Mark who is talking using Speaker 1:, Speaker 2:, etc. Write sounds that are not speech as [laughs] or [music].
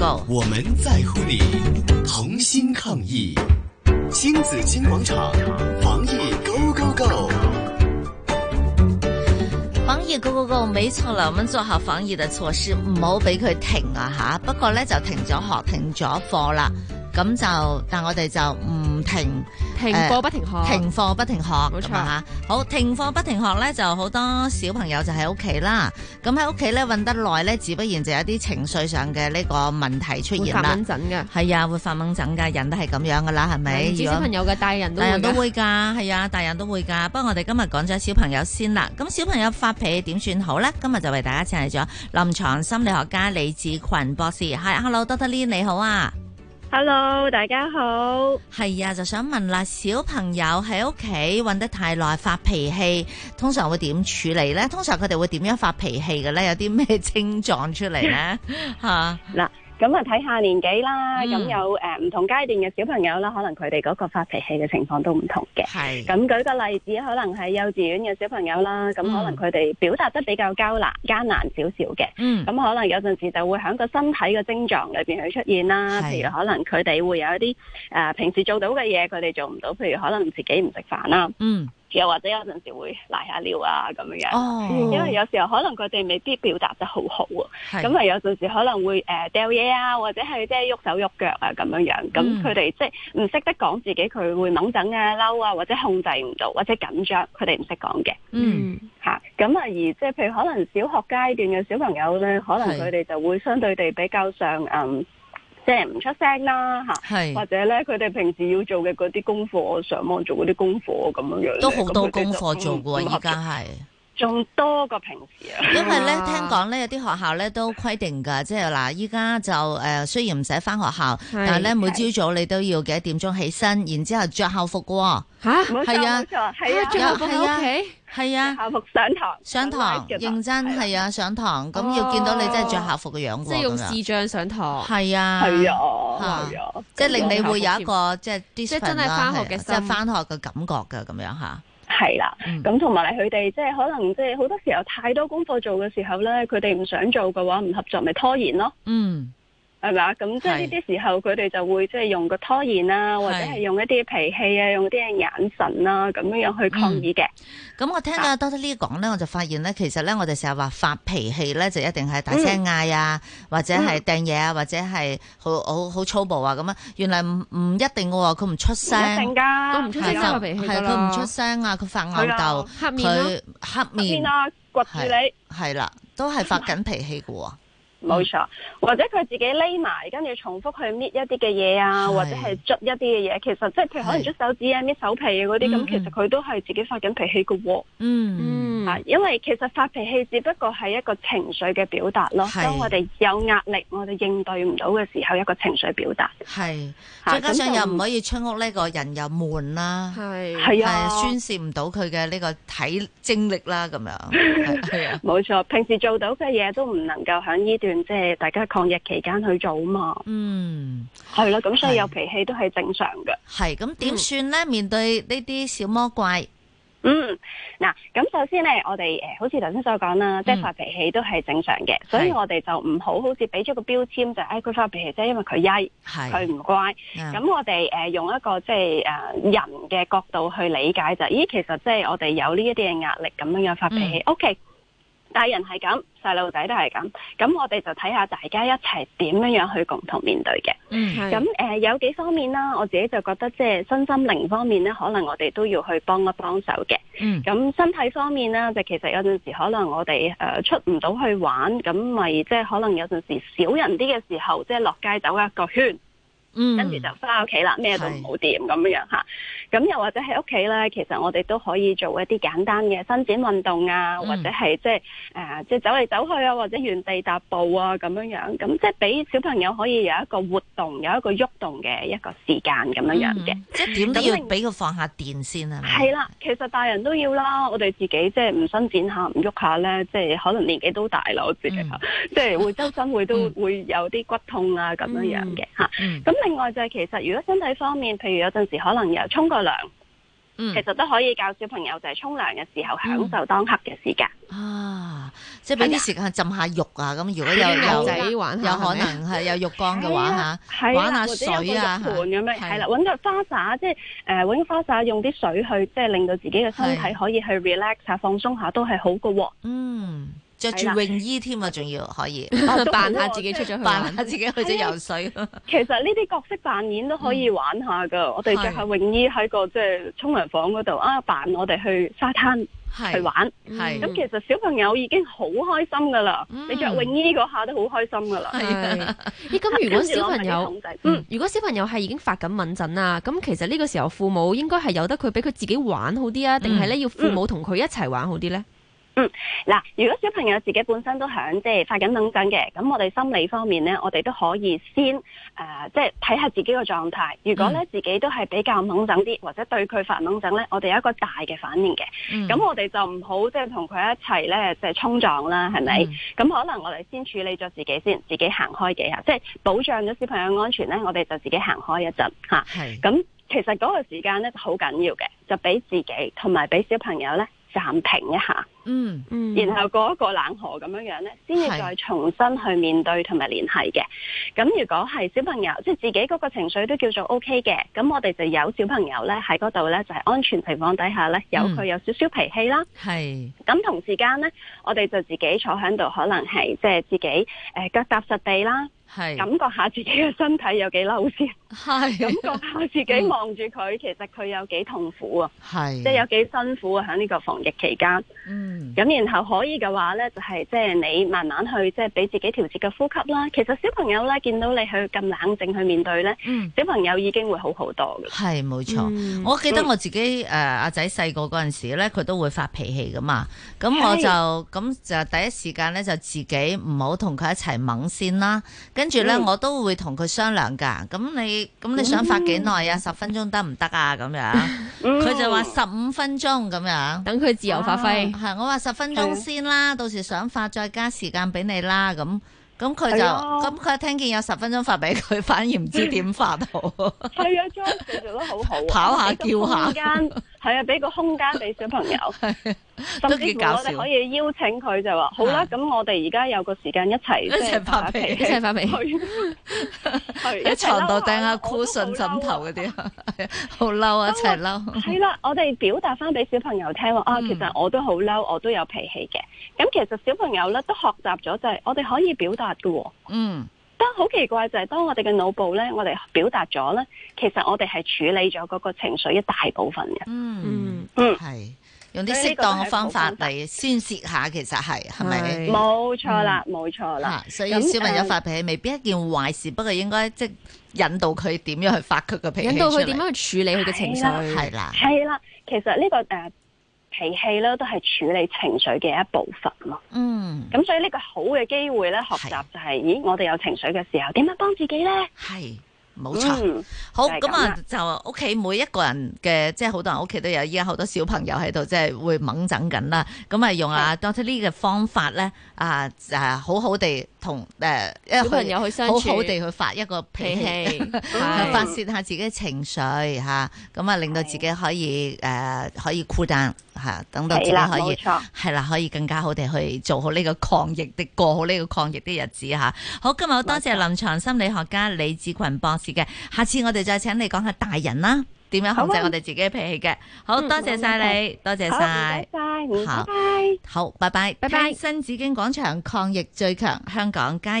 Speaker 1: 购。
Speaker 2: 我们在乎你，同心抗疫。星子金广场，防疫 Go Go Go！
Speaker 1: 防疫 Go Go Go，冇錯啦，我們做好防疫嘅措施，唔好俾佢停啊吓。不過咧就停咗學，停咗課啦。咁就，但我哋就唔停，
Speaker 3: 停
Speaker 1: 呃
Speaker 3: 課不停學
Speaker 1: 停課不停學，
Speaker 3: 哦冇錯
Speaker 1: 咁啊吓。好，停課不停學咧，就好多小朋友就喺屋企啦。咁喺屋企咧混得耐咧，自不然就有啲情緒上嘅呢個問題出
Speaker 3: 會
Speaker 1: 現
Speaker 3: 發
Speaker 1: 啦
Speaker 3: 蚊。疹嘅，
Speaker 1: 係啊，會發掹疹㗎，人都係咁樣㗎啦，係咪？
Speaker 3: 唔止
Speaker 1: 如果
Speaker 3: 小朋友嘅，大人都
Speaker 1: 大人都
Speaker 3: 會
Speaker 1: 會㗎，係啊，大人都會㗎。不過我哋今日講咗小朋友先啦，咁小朋友發脾氣點算好呢？今日就為大家請嚟咗臨床心理學家李志群博士。係，Hello，Dr. Lee 你好啊。
Speaker 4: Hello，大家好。
Speaker 1: 係啊，就想問啦，小朋友喺屋企混得太耐發脾氣，通常會點處理呢？通常佢哋會點樣發脾氣嘅呢？有啲咩症狀出嚟
Speaker 4: [laughs]
Speaker 1: 呢？吓、
Speaker 4: 咁啊，睇下年紀啦，
Speaker 1: 嗯
Speaker 4: 咁、有呃誒唔同階段嘅小朋友啦，可能佢哋嗰個發脾氣嘅情況都唔同嘅。
Speaker 1: 係，
Speaker 4: 咁舉個例子，可能係幼稚園嘅小朋友啦，咁可
Speaker 1: 嗯
Speaker 4: 能佢哋表達得比較艱難艱難少少嘅，
Speaker 1: 嗯
Speaker 4: 咁，可能有陣時就會喺個身體嘅症狀裏邊去出現啦。
Speaker 1: 係
Speaker 4: 譬如可能佢哋會有一啲誒、呃平時做到嘅嘢，佢哋做唔到，譬如可能自己唔食飯啦，
Speaker 1: 嗯，
Speaker 4: 又或者有陣時會賴下尿啊咁樣樣。
Speaker 1: 哦，
Speaker 4: 因為有時候可能佢哋未必表達得好好啊。
Speaker 1: 係
Speaker 4: 咁，啊有陣時可能會誒掉嘢啊，或者係即係喐手喐腳啊咁樣樣，
Speaker 1: 嗯
Speaker 4: 咁佢哋即係唔識得講自己，佢會掹整啊、嬲啊，或者控制唔到，或者緊張，佢哋唔識講嘅
Speaker 1: 嗯，
Speaker 4: 嚇。咁啊而即係譬如可能小學階段嘅小朋友咧，可能
Speaker 1: 係
Speaker 4: 佢哋就會相對地比較上嗯，即係唔出聲啦嚇。或
Speaker 1: 係，
Speaker 4: 者咧，佢哋平時要做嘅嗰啲功課，上網做嗰啲功課咁樣樣呢，
Speaker 1: 都好多
Speaker 4: 咁佢哋
Speaker 1: 功
Speaker 4: 就
Speaker 1: 課做
Speaker 4: 唔
Speaker 1: 嘅
Speaker 4: 唔
Speaker 1: 喎，
Speaker 4: 合
Speaker 1: 依家係。
Speaker 4: 仲多過平時啊。
Speaker 1: 因為咧，
Speaker 3: 哇
Speaker 1: 聽講咧有啲學校咧都規定㗎，即係嗱，依家就誒、呃、雖然唔使翻學校，但係咧每朝早你都要幾點鐘起身，然之後着校服嘅喎，
Speaker 3: 吓，
Speaker 4: 冇錯
Speaker 1: 係啊
Speaker 4: 冇
Speaker 1: [laughs]
Speaker 4: 錯，係
Speaker 3: 嚇
Speaker 4: 啊，
Speaker 3: 最後放
Speaker 1: 係啊
Speaker 3: 喺屋企，
Speaker 1: 係啊，
Speaker 4: 校服上堂，
Speaker 1: 上堂
Speaker 4: live 嘅
Speaker 1: 認真係啊，上堂咁
Speaker 3: 哦
Speaker 1: 要見到你真係着校服嘅樣
Speaker 3: 即
Speaker 1: 喎，
Speaker 3: 係用
Speaker 1: 啊咁樣
Speaker 3: 視像上堂，
Speaker 1: 係啊，
Speaker 4: 係啊，
Speaker 1: 嚇
Speaker 4: 係啊，
Speaker 1: 即係令你會有一個即係即
Speaker 3: 係真係返學嘅心
Speaker 1: 即係翻學嘅感覺㗎，咁樣嚇，
Speaker 4: 係啦。
Speaker 1: 嗯
Speaker 4: 咁同埋佢哋即係可能即係好多時候太多功課做嘅時候咧，佢哋唔想做嘅話，唔合作咪拖延咯。
Speaker 1: 嗯，
Speaker 4: 係咪啊？咁即係呢啲時候，佢哋就會即係用個拖延啦，或者係用一啲脾氣啊，用一啲嘅眼神啦，咁樣樣去抗議嘅。
Speaker 1: 咁我聽
Speaker 3: 啊
Speaker 1: 到 Doctor Lee 講咧，我就發現咧，其實咧我哋成日話發脾氣咧，就一定係大
Speaker 3: 嗯
Speaker 1: 聲嗌啊，或者係掟嘢啊，或者係好好好粗暴啊咁啊。原來唔唔一定嘅喎，佢唔出聲，
Speaker 4: 一定㗎，
Speaker 3: 我唔出聲
Speaker 1: 係
Speaker 3: 真係
Speaker 1: 啊
Speaker 3: 發脾氣㗎
Speaker 1: 係
Speaker 3: 啦
Speaker 1: 佢唔出聲啊，佢發吽豆，
Speaker 3: 黑面咯，
Speaker 1: 佢
Speaker 3: 啊
Speaker 1: 黑
Speaker 4: 邊
Speaker 1: 面
Speaker 4: 啦，掘住你。
Speaker 1: 係啦，都係發緊脾氣嘅喎。
Speaker 4: 冇錯，或者佢自己匿埋，跟住重複去搣一啲嘅嘢啊，
Speaker 1: 係
Speaker 4: 或者係捽一啲嘅嘢，其實即係譬如可能
Speaker 1: 係
Speaker 4: 捽手指啊、搣手皮啊嗰啲，
Speaker 1: 嗯
Speaker 4: 咁其實佢都係自己發緊脾氣嘅喎。
Speaker 1: 嗯，
Speaker 3: 嗯
Speaker 4: 啊，因為其實發脾氣只不過係一個情緒嘅表達咯。
Speaker 1: 係
Speaker 4: 當我哋有壓力，我哋應對唔到嘅時候，一個情緒表達。
Speaker 1: 係，
Speaker 4: 嚇
Speaker 1: 再加上
Speaker 4: 咁就
Speaker 1: 又唔可以出屋呢個人又悶啦。
Speaker 3: 係
Speaker 4: 係啊
Speaker 1: 係，宣泄唔到佢嘅呢個體精力啦，咁樣係
Speaker 3: [laughs]
Speaker 1: 係啊，
Speaker 4: 冇錯，平時做到嘅嘢都唔能夠喺呢段即係大家抗疫期間去做嘛。
Speaker 1: 嗯。
Speaker 4: 係咯，咁所
Speaker 1: 係
Speaker 4: 以有脾氣都係正常嘅。
Speaker 1: 係咁點
Speaker 3: 嗯
Speaker 1: 算咧？面對呢啲小魔怪，
Speaker 4: 嗯，嗱，咁首先咧，我哋誒、呃好似頭先所講啦，即係發脾氣都係正常嘅，所以
Speaker 1: 嗯係
Speaker 4: 我哋就唔好好似俾咗個標籤就係，誒佢發脾氣啫，因為佢曳，佢
Speaker 1: 係
Speaker 4: 唔乖。
Speaker 1: 啊
Speaker 4: 咁我哋誒、呃用一個即係誒、呃人嘅角度去理解就，咦，其實即係我哋有呢一啲嘅壓力咁樣樣發脾氣、o
Speaker 1: 嗯
Speaker 4: k 大人係咁，細路仔都係咁，咁我哋就睇下大家一齊點樣樣去共同面對嘅。
Speaker 1: 嗯
Speaker 3: 係
Speaker 4: 咁誒、呃有幾方面啦，我自己就覺得即係身心靈方面咧，可能我哋都要去幫一幫手嘅。
Speaker 1: 嗯
Speaker 4: 咁身體方面啦，就其實有陣時可能我哋誒、呃出唔到去玩，咁咪即係可能有陣時少人啲嘅時候，即係落街走一個圈，
Speaker 1: 嗯，
Speaker 4: 跟住就翻屋企啦，咩都唔好掂咁樣嚇。咁又或者喺屋企咧，其實我哋都可以做一啲簡單嘅伸展運動啊，
Speaker 1: 嗯
Speaker 4: 或者係即係誒即係走嚟走去啊，或者原地踏步啊咁樣樣。咁即係俾小朋友可以有一個活動，有一個喐動嘅一個時間咁樣樣嘅。
Speaker 1: 嗯即係點都
Speaker 4: 咁
Speaker 1: 要
Speaker 4: 另
Speaker 1: 俾佢放下電先啊係咪？
Speaker 4: 係啊啦，其實大人都要啦，我哋自己即係唔伸展下、唔喐下咧，即係可能年紀都大啦，我自己、啊
Speaker 1: 嗯
Speaker 4: 即係會周身會都
Speaker 1: [laughs] 嗯
Speaker 4: 會有啲骨痛啊咁樣樣嘅嚇。
Speaker 1: 嗯
Speaker 4: 咁、另外就係其實如果身體方面，譬如有陣時可能又沖個涼，
Speaker 1: 嗯
Speaker 4: 其實都可以教小朋友就係沖涼嘅時候享受當刻嘅時間。
Speaker 1: 啊，即係俾啲時間浸下浴啊，咁如果有
Speaker 3: 啲
Speaker 1: 有
Speaker 3: 牛仔玩下，
Speaker 1: 有可能係有浴缸嘅話
Speaker 4: 係啊
Speaker 1: 嚇，
Speaker 4: 係
Speaker 1: 玩下
Speaker 4: 啦，或者有個
Speaker 1: 水
Speaker 4: 浴
Speaker 1: 啊
Speaker 4: 盤咁樣，
Speaker 1: 係
Speaker 4: 係啦，揾個花灑，即係誒揾個花灑用啲水去，即係令到自己嘅身體
Speaker 1: 係
Speaker 4: 可以去 relax 下、放鬆下，都係好嘅喎。啊
Speaker 1: 嗯，着住
Speaker 4: 係啦
Speaker 1: 泳衣添啊，仲要可以
Speaker 4: 哦都
Speaker 3: [laughs]
Speaker 4: 好
Speaker 3: 扮
Speaker 4: 喎
Speaker 3: 下自己出咗
Speaker 1: [laughs]
Speaker 3: 去啊
Speaker 1: 扮
Speaker 3: 玩
Speaker 1: 下。自己去咗游水。
Speaker 4: 其實呢啲角色扮演都可以
Speaker 3: 嗯
Speaker 4: 玩下噶，我哋着下泳衣喺個即係沖涼房嗰度啊，扮我哋去沙灘去
Speaker 1: 係
Speaker 4: 玩。
Speaker 3: 嗯
Speaker 1: 係
Speaker 4: 咁其實小朋友已經好開心噶啦，
Speaker 1: 嗯
Speaker 4: 你着泳衣嗰下都好開心噶啦。
Speaker 3: 係咦，咁如果
Speaker 4: 跟住
Speaker 3: 小
Speaker 4: 攞
Speaker 3: 朋
Speaker 4: 埋啲
Speaker 3: 友，
Speaker 4: 控制，嗯
Speaker 3: 嗯，，如果小朋友係已經發緊敏陣啊，咁其實呢個時候父母應該係由得佢俾佢自己玩好啲啊，定
Speaker 4: 嗯
Speaker 3: 係咧要父母同佢一齊玩好啲咧？
Speaker 4: 嗱，如果小朋友自己本身都響即係發緊等緊嘅，咁我哋心理方面咧，我哋都可以先誒、呃即係睇下自己個狀態。如果
Speaker 3: 嗯
Speaker 4: 咧自己都係比較掹整啲，或者對佢發掹整咧，我哋有一個大嘅反應嘅。
Speaker 1: 嗯
Speaker 4: 咁、我哋就唔好即係同佢一齊咧，即係衝撞啦，係咪？
Speaker 1: 嗯
Speaker 4: 咁可能我哋先處理咗自己先，自己行開幾下，即係保障咗小朋友安全咧，我哋就自己行開一陣嚇。
Speaker 1: 係
Speaker 4: 咁其實嗰個時間咧好緊要嘅，就俾自己同埋俾小朋友咧暫停一下，
Speaker 1: 嗯
Speaker 3: 嗯，
Speaker 4: 然後過一個冷河咁樣樣咧，先至
Speaker 1: 係
Speaker 4: 再重新去面對同埋聯繫嘅。咁如果係小朋友即係自己嗰個情緒都叫做 O K 嘅，咁我哋就有小朋友咧喺嗰度咧就係、安全情況底下咧，有佢有少少脾氣啦。
Speaker 1: 係
Speaker 4: 咁同時間咧，我哋就自己坐喺度，可能係即係自己誒腳踏實地啦，
Speaker 1: 係
Speaker 4: 感覺下自己嘅身體有幾嬲
Speaker 1: [laughs]
Speaker 4: 先，
Speaker 1: 係
Speaker 4: 感覺下自
Speaker 1: 嗯
Speaker 4: 己望住佢，其實佢有幾痛苦啊，
Speaker 1: 係，
Speaker 4: 即係有幾辛苦啊，喺呢個防疫期間。
Speaker 1: 嗯
Speaker 4: 咁然後可以嘅話咧，就係即係你慢慢去即係俾自己調節嘅呼吸啦。其實小朋友咧見到你去咁冷靜去面對咧，
Speaker 1: 嗯
Speaker 4: 小朋友已經會好好多嘅。
Speaker 1: 係冇錯。
Speaker 3: 嗯
Speaker 1: 我記得我自己誒呃阿仔細個嗰陣時咧，佢都會發脾氣噶嘛。咁我就咁就第一時間咧就自己唔好同佢一齊猛先啦。跟住咧
Speaker 4: 嗯
Speaker 1: 我都會同佢商量㗎。咁你咁你想發幾耐啊？十分鐘得唔得啊？咁
Speaker 4: [laughs]
Speaker 1: 樣佢就話
Speaker 4: 嗯
Speaker 1: 十五分鐘咁樣。
Speaker 3: 等佢自由發揮。
Speaker 1: 係我話十分
Speaker 4: 係
Speaker 1: 鐘
Speaker 4: 啊
Speaker 1: 先啦，到時想發再加時間俾你啦。咁咁佢就
Speaker 4: 係啊
Speaker 1: 咁佢聽見有十分鐘發俾佢，反而唔知點發好。
Speaker 4: 係啊 j o 佢做得好好啊，
Speaker 1: 跑下
Speaker 4: 俾個
Speaker 1: 叫下
Speaker 4: 空間係啊，俾個空間俾小
Speaker 1: [laughs]
Speaker 4: 朋友，甚
Speaker 1: 都
Speaker 4: 至
Speaker 1: 幾
Speaker 4: 乎
Speaker 1: 搞
Speaker 4: 我
Speaker 1: 笑啊
Speaker 4: 哋可以邀請佢就話好啦，咁我哋而家有個時間一齊
Speaker 1: 一
Speaker 4: 即係
Speaker 1: 齊拍皮
Speaker 3: 一齊發脾氣
Speaker 4: 去去
Speaker 1: 喺床度掟下
Speaker 4: 我都好
Speaker 1: cushion
Speaker 4: 嬲啊
Speaker 1: 枕頭嗰啲， [laughs] 好嬲啊！一齊嬲，
Speaker 4: 係啦，我哋表達翻俾小朋友聽話啊，
Speaker 1: 嗯
Speaker 4: 其實我都好嬲，我都有脾氣嘅。咁其實小朋友咧都學習咗，就係我哋可以表達嘅喎。
Speaker 1: 嗯，
Speaker 4: 但好奇怪就係當我哋嘅腦部咧，我哋表達咗咧，其實我哋係處理咗嗰個情緒一大部分嘅。
Speaker 1: [laughs] 嗯
Speaker 3: 嗯，
Speaker 4: 嗯。
Speaker 1: 係用啲
Speaker 4: 所
Speaker 1: 適
Speaker 4: 以呢個
Speaker 1: 當嘅
Speaker 4: 係
Speaker 1: 方法
Speaker 4: 好方法
Speaker 1: 嚟宣泄下，其實係係咪？
Speaker 3: 係
Speaker 4: 冇錯啦，
Speaker 1: 嗯
Speaker 4: 冇錯啦。
Speaker 1: 嚇所以
Speaker 4: 咁
Speaker 1: 小朋友
Speaker 4: 誒
Speaker 1: 發脾氣未必一件壞事，不過應該即係引導佢點樣去發佢嘅脾氣
Speaker 3: 引導佢
Speaker 1: 出嚟
Speaker 3: 點樣去處理佢嘅情緒，
Speaker 1: 係啦，
Speaker 4: 係啦，其實呢、個誒、呃脾氣咧，都係處理情緒嘅一部分咯。
Speaker 1: 嗯，
Speaker 4: 咁所以呢個好嘅機會咧，學習就係、咦，我哋有情緒嘅時候，點樣幫自己咧？
Speaker 1: 係冇錯。
Speaker 4: 嗯
Speaker 1: 好
Speaker 4: 就係
Speaker 1: 咁
Speaker 4: 咁
Speaker 1: 啊，就屋企每一個人嘅，即係好多人屋企都有，依家好多小朋友喺度，即係會猛整緊啦。咁啊，用啊 Doctor Lee 嘅方法咧，啊啊，好好地同誒，因為
Speaker 3: 小朋友去
Speaker 1: 佢
Speaker 3: 相處，
Speaker 1: 啊好好地去發一個脾
Speaker 3: 脾
Speaker 1: 氣，
Speaker 3: 氣，
Speaker 1: [laughs]
Speaker 4: 係
Speaker 1: 發
Speaker 3: 係
Speaker 1: 泄下自己嘅情緒嚇，咁啊，令到自己可以誒可以 cool down 嚇，等到自己
Speaker 4: 係啦，
Speaker 1: 可
Speaker 4: 冇
Speaker 1: 以。
Speaker 4: 錯。
Speaker 1: 係啦，可以更加好地去做好呢個抗疫的過好呢個抗疫的日子吓。好，今日好多謝臨床心理學家李志群博士嘅，下次我哋再請你講下大人啦，點樣控制
Speaker 4: 好啊嗯
Speaker 1: 我哋自己嘅脾氣嘅。好多謝晒你，多謝
Speaker 4: 好，
Speaker 1: 晒。
Speaker 4: 唔該晒，唔該。嗯
Speaker 1: 好，拜拜，
Speaker 3: 拜拜
Speaker 1: 聽新紫荊廣場抗疫最強，香港加油！